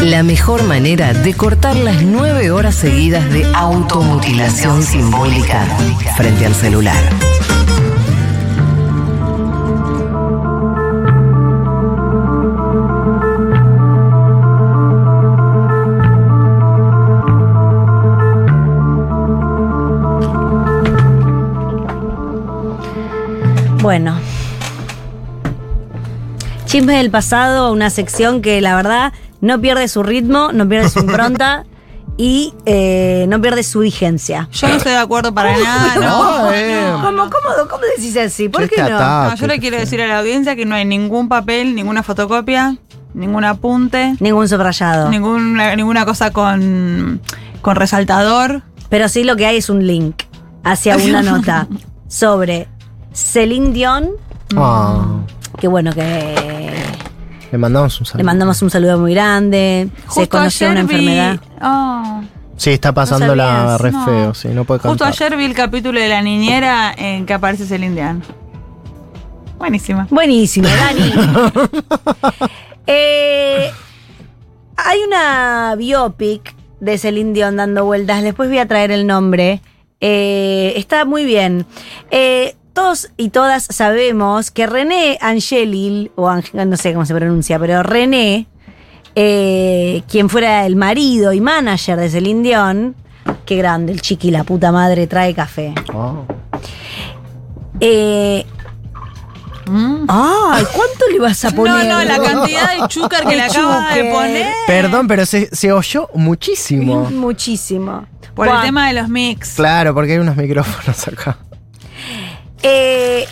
la mejor manera de cortar las nueve horas seguidas de automutilación simbólica frente al celular. Bueno. Chisme del pasado, una sección que la verdad no pierde su ritmo, no pierde su impronta y eh, no pierde su vigencia. Yo no estoy de acuerdo para nada, no. ¿Cómo, cómo, cómo decís así? ¿Por qué no? No, yo le quiero decir a la audiencia que no hay ningún papel, ninguna fotocopia, ningún apunte, Ningún subrayado. ninguna, ninguna cosa con, con resaltador. Pero sí lo que hay es un link hacia una nota sobre Celine Dion, Ah, que bueno que le mandamos un saludo. Mm. le mandamos un saludo muy grande, se conoció una vi- enfermedad. Oh. Sí, está pasándola sabías, re no. feo, sí, no puede Justo cantar. ayer vi el capítulo de La Niñera en que aparece Celine Dion. Buenísima. Buenísimo, Dani. Eh, hay una biopic de Celine Dion dando vueltas. Después voy a traer el nombre. Eh, está muy bien. Eh, todos y todas sabemos que René Angelil, o Ang- no sé cómo se pronuncia, pero René, eh, quien fuera el marido y manager de Celine Dion, qué grande, el chiqui, la puta madre, trae café. Oh. Eh, Mm. ¡Ay! ¿Cuánto le vas a No, poner? no, la cantidad de chúcar que El le acaba de chúcar. poner. Perdón, pero se, se oyó muchísimo. Muchísimo. Por Buah. el tema de los mix. Claro, porque hay unos micrófonos acá. Eh,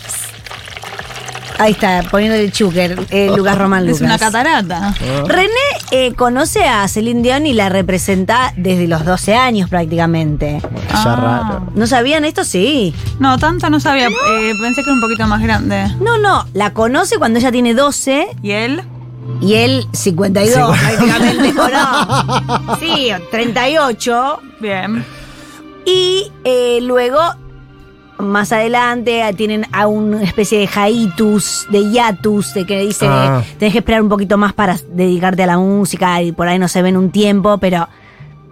ahí está, poniéndole el chúquer, eh, Lucas Román Lucas. Es una catarata. René eh, conoce a Celine Dion y la representa desde los 12 años prácticamente. Bueno, ya Ah. raro. ¿No sabían esto? Sí. No, tanto no sabía. Eh, pensé que era un poquito más grande. No, no, la conoce cuando ella tiene 12 ¿Y él? y él 52 prácticamente. ¿o no? Sí, 38. Bien. Y eh, luego, más adelante, eh, tienen a una especie de hiatus, de hiatus, de que dice, Ah. eh, tenés que esperar un poquito más para dedicarte a la música y por ahí no se ven un tiempo, pero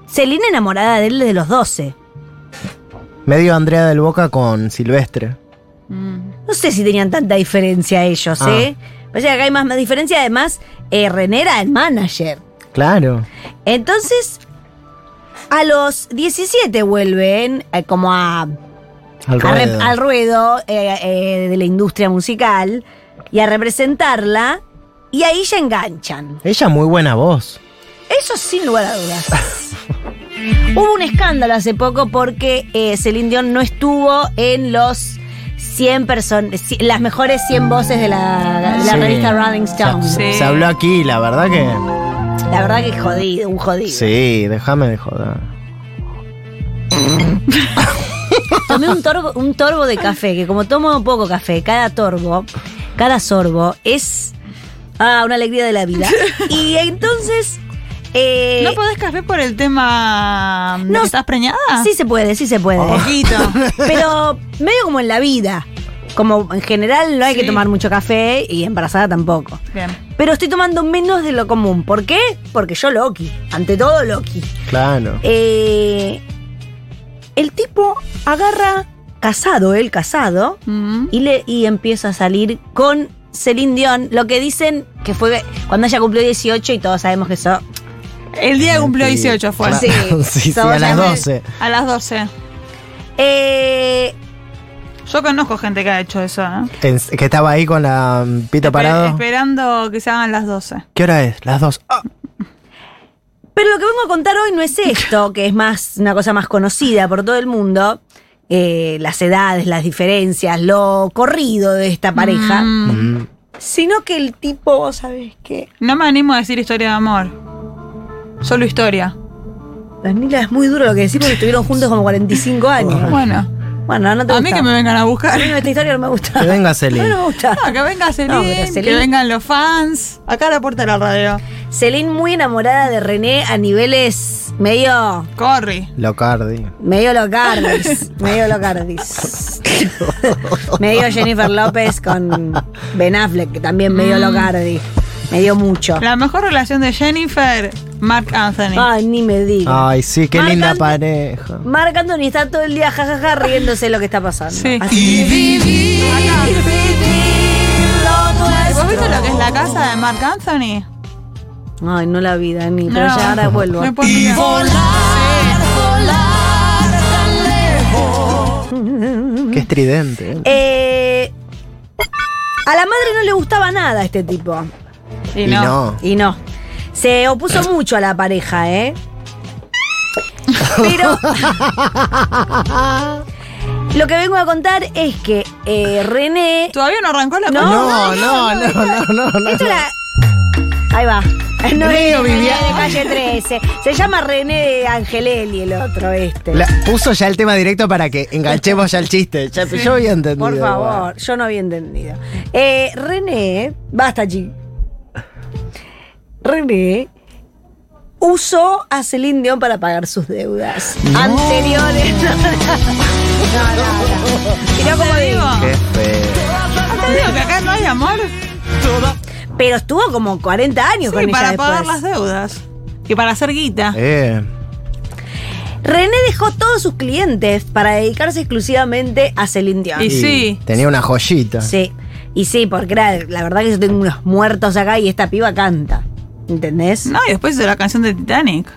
Celina enamorada de él desde los 12. Medio Andrea del Boca con Silvestre. Mm. No sé si tenían tanta diferencia ellos, Ah. ¿eh? Parece que acá hay más, más diferencia, además, eh, René era el manager. Claro. Entonces, a los 17 vuelven eh, como a Al a rep- ruedo. al ruedo eh, eh, de la industria musical y a representarla. Y ahí ya enganchan. Ella muy buena voz. Eso sin lugar a dudas. Hubo un escándalo hace poco porque eh, Celine Dion no estuvo en los 100 person- ci- las mejores 100 voces de la, de la Sí. revista Rolling Stone. Sí. Se habló aquí, la verdad que. La verdad que es jodido, un jodido. Sí, déjame de joder. Tomé un torbo, un torbo de café, que como tomo poco café, cada torbo, cada sorbo es ah, una alegría de la vida. Y entonces. eh, ¿No podés café por el tema de No. que estás preñada? sí se puede, sí se puede. Un poquito. Pero medio como en la vida. Como en general no hay que Sí. tomar mucho café y embarazada tampoco. Bien. Pero estoy tomando menos de lo común. ¿Por qué? Porque yo Loki. Ante todo Loki. Claro. Eh, el tipo agarra casado, él casado. Mm. y, le, y empieza a salir con Celine Dion, lo que dicen que fue cuando ella cumplió 18 y todos sabemos que eso. El día que cumplió 18 fue. Claro. Sí. sí, sí, Somos a las ya- 12. A las 12. Eh, Yo conozco gente que ha hecho eso, ¿eh? En- que estaba ahí con la mm, pito Espe- parado. Esperando que se hagan las 12. ¿Qué hora es? Las Ah. 2. pero lo que vengo a contar hoy no es esto, que es más una cosa más conocida por todo el mundo. eh, las edades, las diferencias, lo corrido de esta pareja. Mm. Mm. Sino que el tipo, vos sabés que. No me animo a decir historia de amor. Solo historia. Danila, es muy duro lo que decís porque estuvieron juntos como 45 años. Bueno, Bueno, no te a mí gusta. que me vengan a buscar. A mí esta historia no me gusta. Que venga Celine. No, no me gusta. No, que venga Celine, No, pero que Celine- vengan los fans. Acá a la puerta de la radio. Celine muy enamorada de René a niveles medio. Corri. Locardi. medio locardis. medio locardis. medio Jennifer López con Mm. Ben Affleck, que también medio locardi. Medio mucho. La mejor relación de Jennifer Mark Anthony. Ay, ni me digas. Ay, sí, qué Marc linda Anthony- pareja. Marc Anthony está todo el día jajaja riéndose de lo que está pasando. Sí. Así que- ¿Vos viste lo que es la casa de Mark Anthony? Ay, no la vida, ni, pero ya ahora vuelvo. No puedo mirar. Qué estridente. ¿eh? Eh, a la madre no le gustaba nada este tipo. Sí, Y no. Y no. Se opuso mucho a la pareja, ¿eh? Pero. lo que vengo a contar es que eh, René. Todavía no arrancó la No, No, no, no, no, no, no. Esto era- Ahí va. No es Leo René Viviani. de calle 13. Se llama René Angelelli, el otro este. La- puso ya el tema directo para que enganchemos ya el chiste. Ya, Yo había entendido. Por favor, igual. yo no había entendido. Eh, René, basta, chi. René usó a Celine Dion para pagar sus deudas anteriores. No, no, no. Mirá cómo Te digo. digo, Qué feo. te digo que acá no hay amor. Pero estuvo como 40 años Sí, con para ella pagar después. las deudas. Y para hacer guita. Eh, René dejó todos sus clientes para dedicarse exclusivamente a Celine Dion. Y sí. Tenía una joyita. Sí, y sí, porque era- la verdad que yo tengo unos muertos acá y esta piba canta. ¿Entendés? No, y después hizo la canción de Titanic.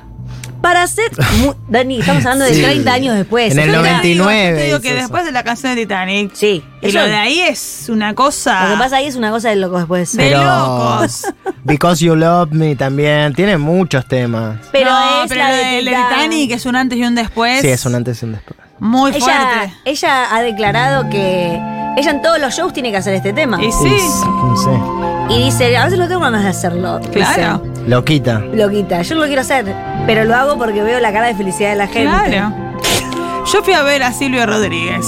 Para ser. mu- Dani, estamos hablando de Sí. 30 años después. En el Yo Yo te era- 90. digo- Yo 99 te digo hizo que eso. después de la canción de Titanic. Sí, Y eso- lo de ahí es una cosa. Lo que pasa ahí es una cosa de loco después. De- locos. Because You Love Me también. Tiene muchos temas. pero No, es pero la lo de del Titanic es un antes y un después. Sí, es un antes y un después. Muy Ella, fuerte. ella ha declarado que ella en todos los shows tiene que hacer este tema. Y Y, sí, No sé. dice, a veces no tengo ganas de hacerlo. claro. Dice, Loquita. Loquita, yo no lo quiero hacer, pero lo hago porque veo la cara de felicidad de la gente. Claro. Yo fui a ver a Silvio Rodríguez,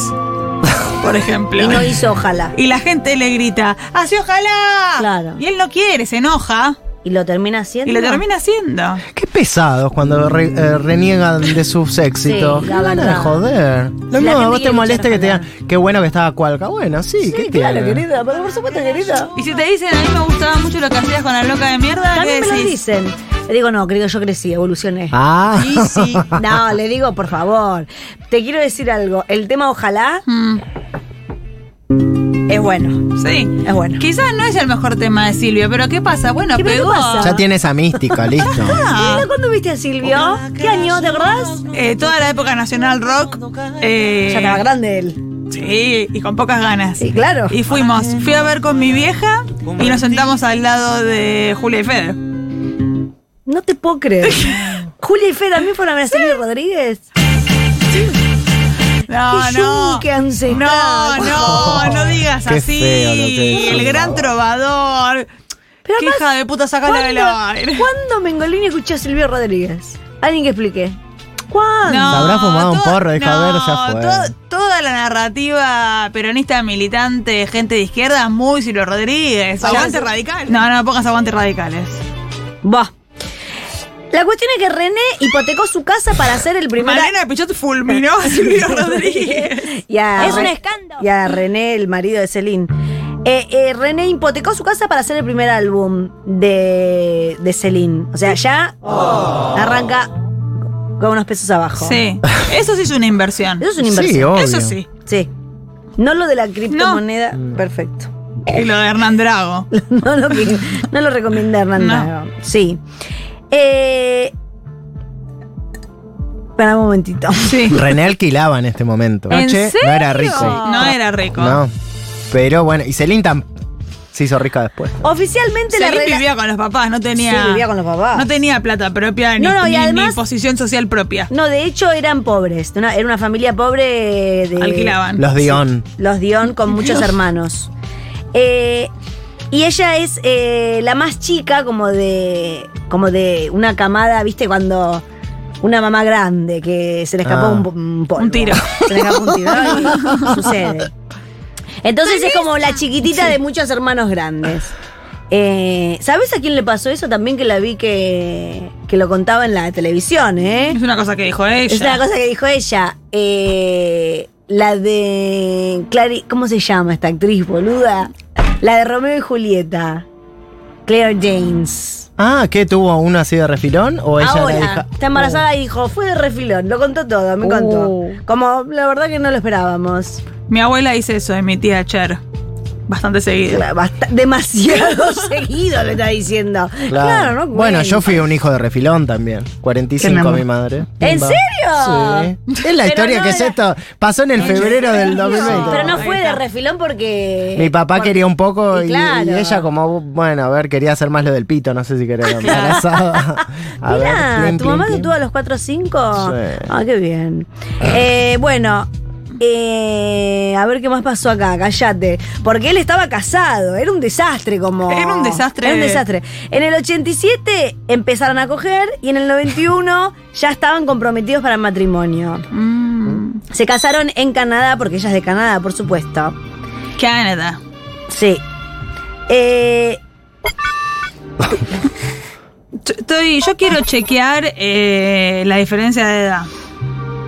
por ejemplo. Y no hizo ojalá. Y la gente le grita, ¡Así ojalá! Claro. Y él no quiere, se enoja Y lo termina haciendo. y lo termina haciendo. Qué pesados cuando re- eh, reniegan de sus éxitos. Sí, Qué la ganas de verdad. joder. Lo gente mismo, a vos quiere te molesta que te escuchar digan, qué bueno que estaba Cualca. Bueno, sí, Sí, ¿qué claro, tiene? querida, pero por supuesto, querida. Y si te dicen, a mí me gustaba mucho lo que hacías con la loca de mierda, También ¿qué me lo decís? dicen. Le digo, no, querido, yo crecí, evolucioné. Ah, Y sí. ah. No, le digo, por favor. Te quiero decir algo. El tema ojalá Mm, es bueno. sí. Es bueno. Quizás no es el mejor tema de Silvio, pero ¿qué pasa? Bueno, ¿Qué- pero qué pegó. pasa? ya tiene esa mística, listo. Ah. Mira, ¿Cuándo viste a Silvio? ¿Qué año? ¿Te acordás? Eh, toda la época nacional rock. eh, Ya estaba grande él. Sí, y con pocas ganas. Sí, claro. Y fuimos, fui a ver con mi vieja y nos sentamos al lado de Julia y Fede. No te puedo creer. Julia y Fe también fueron a ver a Silvio Rodríguez. No, ¡Qué Ah, no. yunque No, ancestral! no, no digas Qué así. feo lo que es. el gran trovador. Pero Qué además, hija de puta, sacala del aire. ¿Cuándo, ¿Cuándo Mengolini escuchó a Silvio Rodríguez? Alguien que explique. ¿Cuándo? No, habrá fumado un toda- porro, deja no, ver, ya fue. to- toda la narrativa peronista, militante, gente de izquierda, muy Silvio Rodríguez. Aguante radical. No, no, pongas aguantes radicales. Va. La cuestión es que René hipotecó su casa para hacer el primer. Malena Pichot fulminó a Silvio Rodríguez. Y a Es un Re- escándalo. Y a René, el marido de Celine. Eh, eh, René hipotecó su casa para hacer el primer álbum de, de Celine. O sea, ya arranca con unos pesos abajo. Sí, eso sí es una inversión. Eso es una Sí, inversión. obvio. Eso sí. Sí. No lo de la criptomoneda. Perfecto. Y lo de Hernán Drago. No lo, que- no lo recomienda Hernán No. Drago. Sí. Eh, para un momentito. Sí. René alquilaba en este momento. ¿En Che, No era serio? rico. No era rico. No. Pero bueno, y Celine tam- se hizo rica después. Oficialmente la Celine rela- vivía con los papás, no tenía. Sí, vivía con los papás. No tenía plata propia ni, No, no, y ni- ni además- posición social propia. No, de hecho eran pobres. Una- era una familia pobre de. Alquilaban. Los Dion. Los Dion con muchos hermanos. Eh, y ella es eh, la más chica, como de. como de una camada, ¿viste? Cuando. Una mamá grande que se le escapó Ah. un, po- un polvo. Un tiro. Se le escapó un tiro. y sucede. Entonces es como la chiquitita de muchos hermanos grandes. Eh, ¿Sabes a quién le pasó eso? También que la vi que, que lo contaba en la televisión, ¿eh? Es una cosa que dijo ella. Es una cosa que dijo ella. eh, la de. Clari- ¿Cómo se llama esta actriz, boluda? La de Romeo y Julieta. Claire James. Ah, ¿qué tuvo uno así de refilón? ¿O ella Ahora, era hija? está embarazada y dijo, fue de refilón, lo contó todo, me Uh. contó. Como la verdad que no lo esperábamos. Mi abuela dice eso de mi tía Cher. Bastante seguido. Bast- demasiado seguido le está diciendo. Claro, no Bueno, yo cuenta. fui un hijo de refilón también. 45 amor. mi madre. ¿En Va. serio? Sí. Es la Pero historia no que era- es esto. Pasó en el febrero del 2020. Pero no fue Ahí de está. refilón porque. Mi papá porque- quería un poco y, y claro. y ella como, bueno, a ver, quería hacer más lo del pito, no sé si quería embarazada. A ver, Mirá, plin, ¿tu plin, mamá te plin. tuvo a los 4 o 5? Sí. Ah, qué bien. Eh, bueno, eh, a ver qué más pasó acá, cállate. Porque él estaba casado, era un desastre como... Era un desastre. Era un desastre. En el 87 empezaron a coger y en el 91 ya estaban comprometidos para el matrimonio. Mm. Se casaron en Canadá, porque ella es de Canadá, por supuesto. Canadá. Sí. Eh, Yo Estoy, yo quiero chequear eh, la diferencia de edad.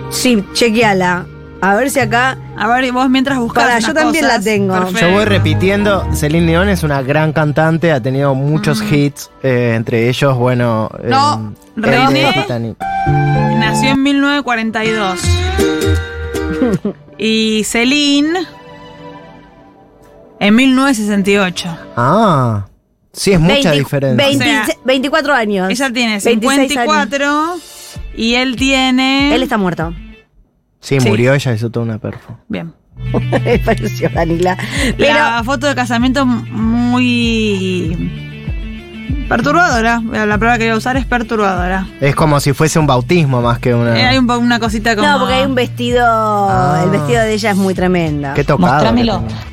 sí, chequeala. A ver si acá... A ver, vos mientras buscas. Pará, yo también la tengo. Yo voy repitiendo, Celine Dion es una gran cantante, ha tenido muchos Mm. hits, eh, entre ellos, bueno, eh, No, el de René. Titanic. Nació en 1942. y Celine. En 1968. Ah, sí, es 20 mucha diferencia. 20 O sea, 24 años. Ella tiene 26 años. 54 y él tiene. Él está muerto. Sí, Sí. murió, ella hizo toda una perfo. Bien. Me pareció Danila. Pero la foto de casamiento muy perturbadora. La palabra que voy a usar es perturbadora. Es como si fuese un bautismo más que una... Eh, hay un po- una cosita como. no, porque hay un vestido. El vestido de ella es muy tremenda. Ah. Qué tocado. Mostrámelo. que tenía.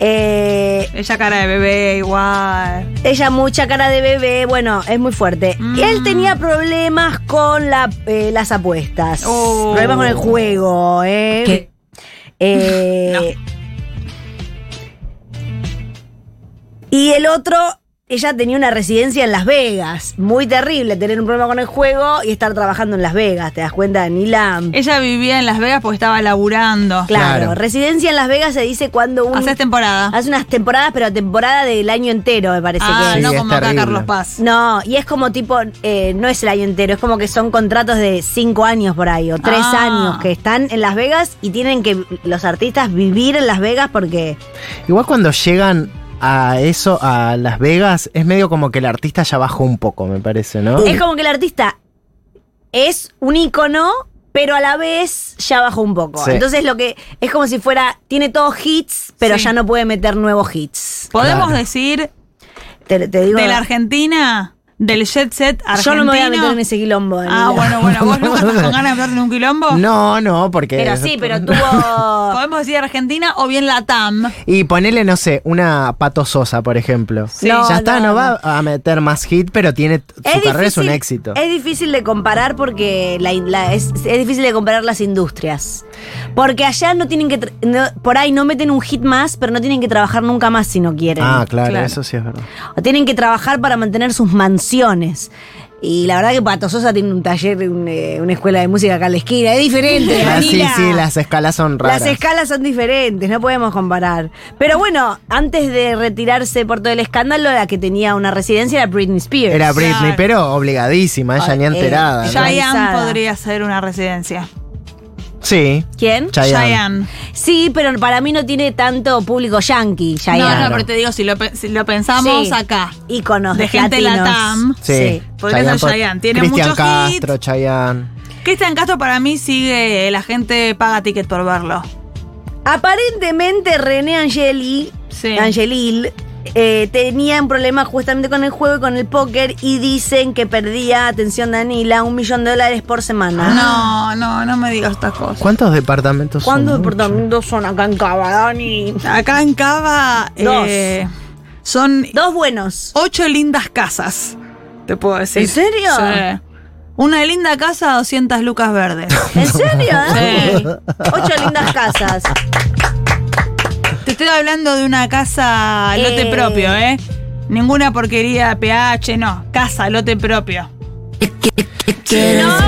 Eh, Ella cara de bebé igual. ella mucha cara de bebé. Bueno, es muy fuerte. Mm. Y él tenía problemas con la, eh, las apuestas. Oh. Problemas con el juego. ¿eh? ¿Qué? Eh, Y el otro, ella tenía una residencia en Las Vegas. Muy terrible tener un problema con el juego y estar trabajando en Las Vegas. ¿Te das cuenta, Danila? Ella vivía en Las Vegas porque estaba laburando. Claro, Claro. residencia en Las Vegas se dice cuando un, Haces temporada. hace unas temporadas, pero temporada del año entero, me parece ah, que es. no Sí, es como acá terrible. Carlos Paz. No, y es como tipo, eh, no es el año entero, es como que son contratos de cinco años por ahí, o tres Ah. años, que están en Las Vegas y tienen que los artistas vivir en Las Vegas porque Igual cuando llegan a eso, a Las Vegas, es medio como que el artista ya bajó un poco, me parece, ¿no? es como que el artista es un ícono, pero a la vez ya bajó un poco. Sí. Entonces lo que es como si fuera, tiene todos hits, pero Sí. ya no puede meter nuevos hits. Podemos Claro. decir Te, te digo, de la Argentina, del jet set yo argentino. no me voy a meter en ese quilombo. Ah, Daniela. bueno, bueno, vos nunca estás con ganas de meterte en un quilombo. No, no, porque... Pero sí, pero tuvo. Podemos decir Argentina o bien la TAM. Y ponele, no sé, una Pato Sosa, por ejemplo. Sí. No, ya está, no, no, va a meter más hit, pero tiene su carrera es un éxito. Es difícil de comparar porque la, la- es, es difícil de comparar las industrias. Porque allá no tienen que. tra- no- por ahí no meten un hit más, pero no tienen que trabajar nunca más si no quieren. Ah, claro, Claro. eso sí es verdad. O tienen que trabajar para mantener sus mansiones. Y la verdad que Pato Sosa tiene un taller, un, eh, una escuela de música acá en la esquina. Es diferente. Ah, sí, Danila. sí, las escalas son raras. Las escalas son diferentes, no podemos comparar. Pero bueno, antes de retirarse por todo el escándalo, la que tenía una residencia era Britney Spears. Era Britney, Claro. pero obligadísima, ella Ay, ni eh, enterada. ¿no? ya- Cheyenne Organizada. podría ser una residencia. Sí, ¿Quién? Chayanne. Cheyenne. Sí, pero para mí no tiene tanto público yankee, No, Chayanne. no, pero te digo, si lo, pe- si lo pensamos Sí. acá. Íconos De gente latinos. Latam. Sí, Podría Chayanne, ser po- Chayanne, tiene Cristian muchos Castro, Chayanne. Cristian Castro para mí sigue, la gente paga ticket por verlo. Aparentemente René Angeli, Sí. Angelil, eh, tenía un problema justamente con el juego y con el póker y dicen que perdía, atención Danila, un millón de dólares por semana. Ah, No, no, no me digas estas cosas. ¿Cuántos departamentos son? ¿Cuántos Muchos. departamentos son acá en Cava, Dani? Acá en Cava Dos. eh, son Dos buenos. ocho lindas casas, te puedo decir. ¿En serio? Sí. Una linda casa, 200 lucas verdes. ¿En serio? Dani? Sí. Ocho lindas casas. Te estoy hablando de una casa lote Eh. propio, ¿eh? Ninguna porquería, PH, no. Casa, lote propio. No,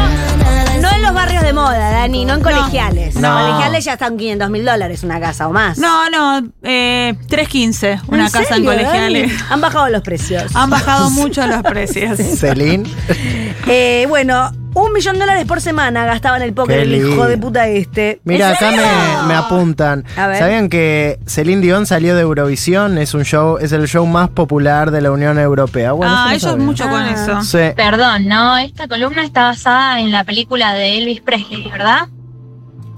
no en los barrios barrios de moda, Dani, no en No. colegiales. No. Colegiales ya están 500 mil dólares una casa o más. No, no, eh, 3.15, una ¿En casa en serio, Dani? colegiales. Ah. Han bajado los precios. Han bajado mucho los precios. Celine. Eh, bueno, un millón de dólares por semana gastaba en el póker Qué el lindo. hijo de puta este. Mira, ¿En acá serio? me, me apuntan. A ver. ¿Sabían que Celine Dion salió de Eurovisión? Es un show, es el show más popular de la Unión Europea. Bueno, ah, eso ellos no mucho con Ah. eso. sabía. Sí. Perdón, no, esta columna está basada en la película de Elvis Presley, ¿verdad?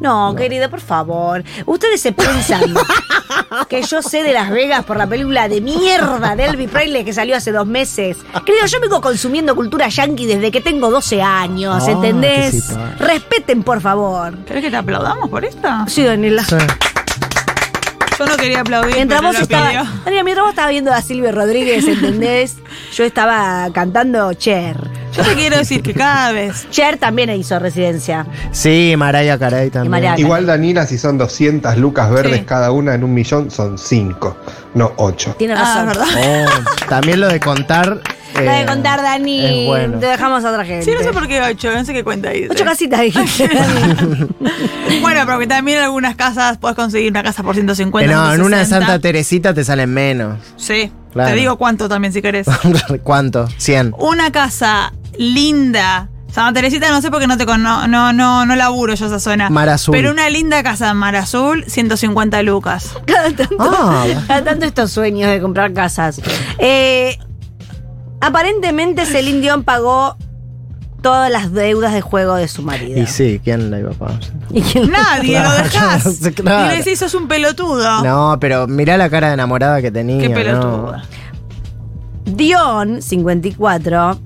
No, querido, por favor. Ustedes se piensan que yo sé de Las Vegas por la película de mierda de Elvis Presley que salió hace dos meses. Querido, yo vengo consumiendo cultura yankee desde que tengo 12 años, Ah, qué ¿entendés? cita. Respeten, por favor. ¿Querés que te aplaudamos por esta? Sí, Daniela. sí. Yo no quería aplaudir. Mientras pero vos, lo estaba, pidió. Daniela, mientras vos estabas viendo a Silvio Rodríguez, ¿entendés? Yo estaba cantando Cher. Yo te quiero decir que cada vez. Cher también hizo residencia. Sí, Mariah Carey también. Mariah. Acá. Igual Danila, si son 200 lucas verdes Sí. cada una en un millón, son 5, no 8. Tiene Ah, razón. ¿verdad? Oh, también lo de contar. La de eh, contar, Dani. es bueno. Te dejamos a otra gente. Sí, no sé por qué 8, no sé qué cuenta dice. Ocho casitas dijiste. Bueno, pero que también en algunas casas puedes conseguir una casa por 150. Eh, no, en una de 160. Santa Teresita te salen menos. Sí, Claro. te digo cuánto también si querés. ¿Cuánto? 100. Una casa linda. Santa Teresita no sé porque no te con, no, no, no, no laburo yo esa zona. Mar Azul. Pero una linda casa en Mar Azul, 150 lucas. Cada tanto, Ah. cada tanto estos sueños de comprar casas. Eh, aparentemente Celine Dion pagó todas las deudas de juego de su marido. Y sí, ¿quién la iba a pagar? ¿Y quién- Nadie Claro, lo dejás. claro. Y le decís, sos un pelotudo. No, pero mirá la cara de enamorada que tenía. Ah. Qué ¿no? pelotuda. Dion, 54.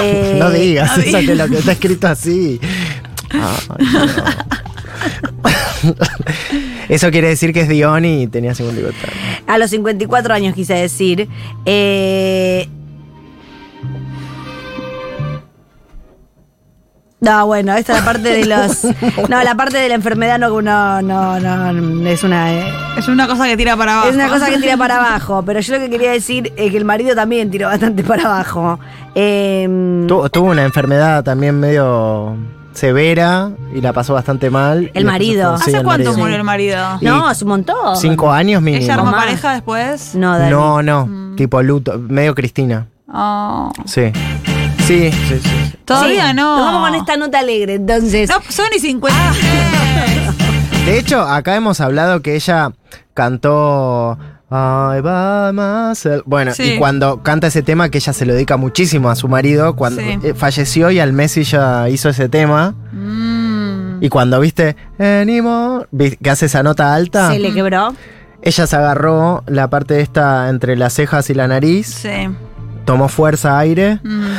eh, no digas no eso digas. que lo que está escrito así. Ay, no. eso quiere decir que es Dion y tenía segundo libertad. A los 54 años quise decir. Eh, No, bueno, esta es la parte de los. No, la parte de la enfermedad no, no, no, no es una. eh, Es una cosa que tira para abajo. Es una cosa que tira para abajo, pero yo lo que quería decir es que el marido también tiró bastante para abajo. Eh, Tu- tuvo una enfermedad también medio severa y la pasó bastante El mal. Y después marido. estuvo- sí, ¿Hace el cuánto marido. murió el marido? Y no, es un montón. Cinco años mínimo. ¿Ella armó Mamá. pareja después? No, Dani. No, no, Mm. tipo luto, medio Cristina. Oh. Sí. Sí, sí, sí. Todavía Sí, no. Nos vamos con esta nota alegre, entonces. No, son y 50. Ah. De hecho, acá hemos hablado que ella cantó I by myself. Bueno, Sí. y cuando canta ese tema, que ella se lo dedica muchísimo a su marido, cuando Sí. eh, falleció y al mes ella hizo ese tema. Mm, Y cuando viste Anymore, vi- que hace esa nota alta, Se le quebró. ella se agarró la parte esta entre las cejas y la nariz, Sí. tomó fuerza, aire Mm.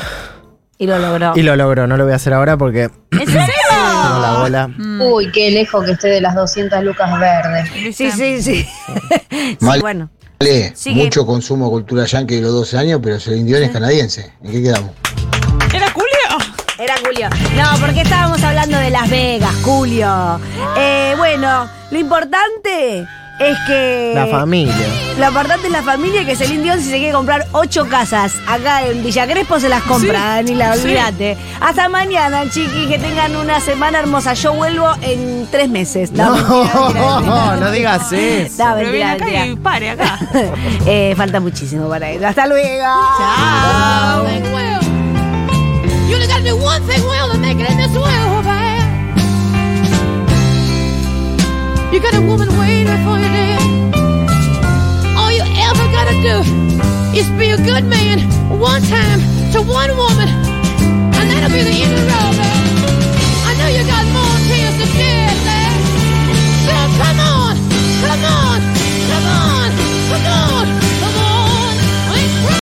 Y lo logró. y lo logró. No lo voy a hacer ahora porque ¿En serio? tengo la bola. Uy, qué lejos que esté de las 200 lucas verdes. Sí, sí, sí. sí, Mal. bueno. Vale, Sigue. mucho consumo de cultura yankee de los 12 años, pero el indión es canadiense. ¿En qué quedamos? ¿Era Ah, Julio? Era Julio. No, porque estábamos hablando de Las Vegas, Julio. Eh, bueno, lo importante es que. La familia. Lo importante es la familia y que Celine Dion si se quiere comprar ocho casas acá en Villa Crespo se las compra, ni la sí. olvídate. Hasta mañana, chiquis, que tengan una semana hermosa. Yo vuelvo en tres meses. No, mentira, mentira, mentira. No, no digas eso. No, Pero viene mentira, acá mentira. y pare acá. Eh, falta muchísimo para eso. Hasta luego. Ah, Chao. You only gotta do one thing well to make it in this world, man. You got a woman waiting for you there. All you ever gotta do is be a good man one time to one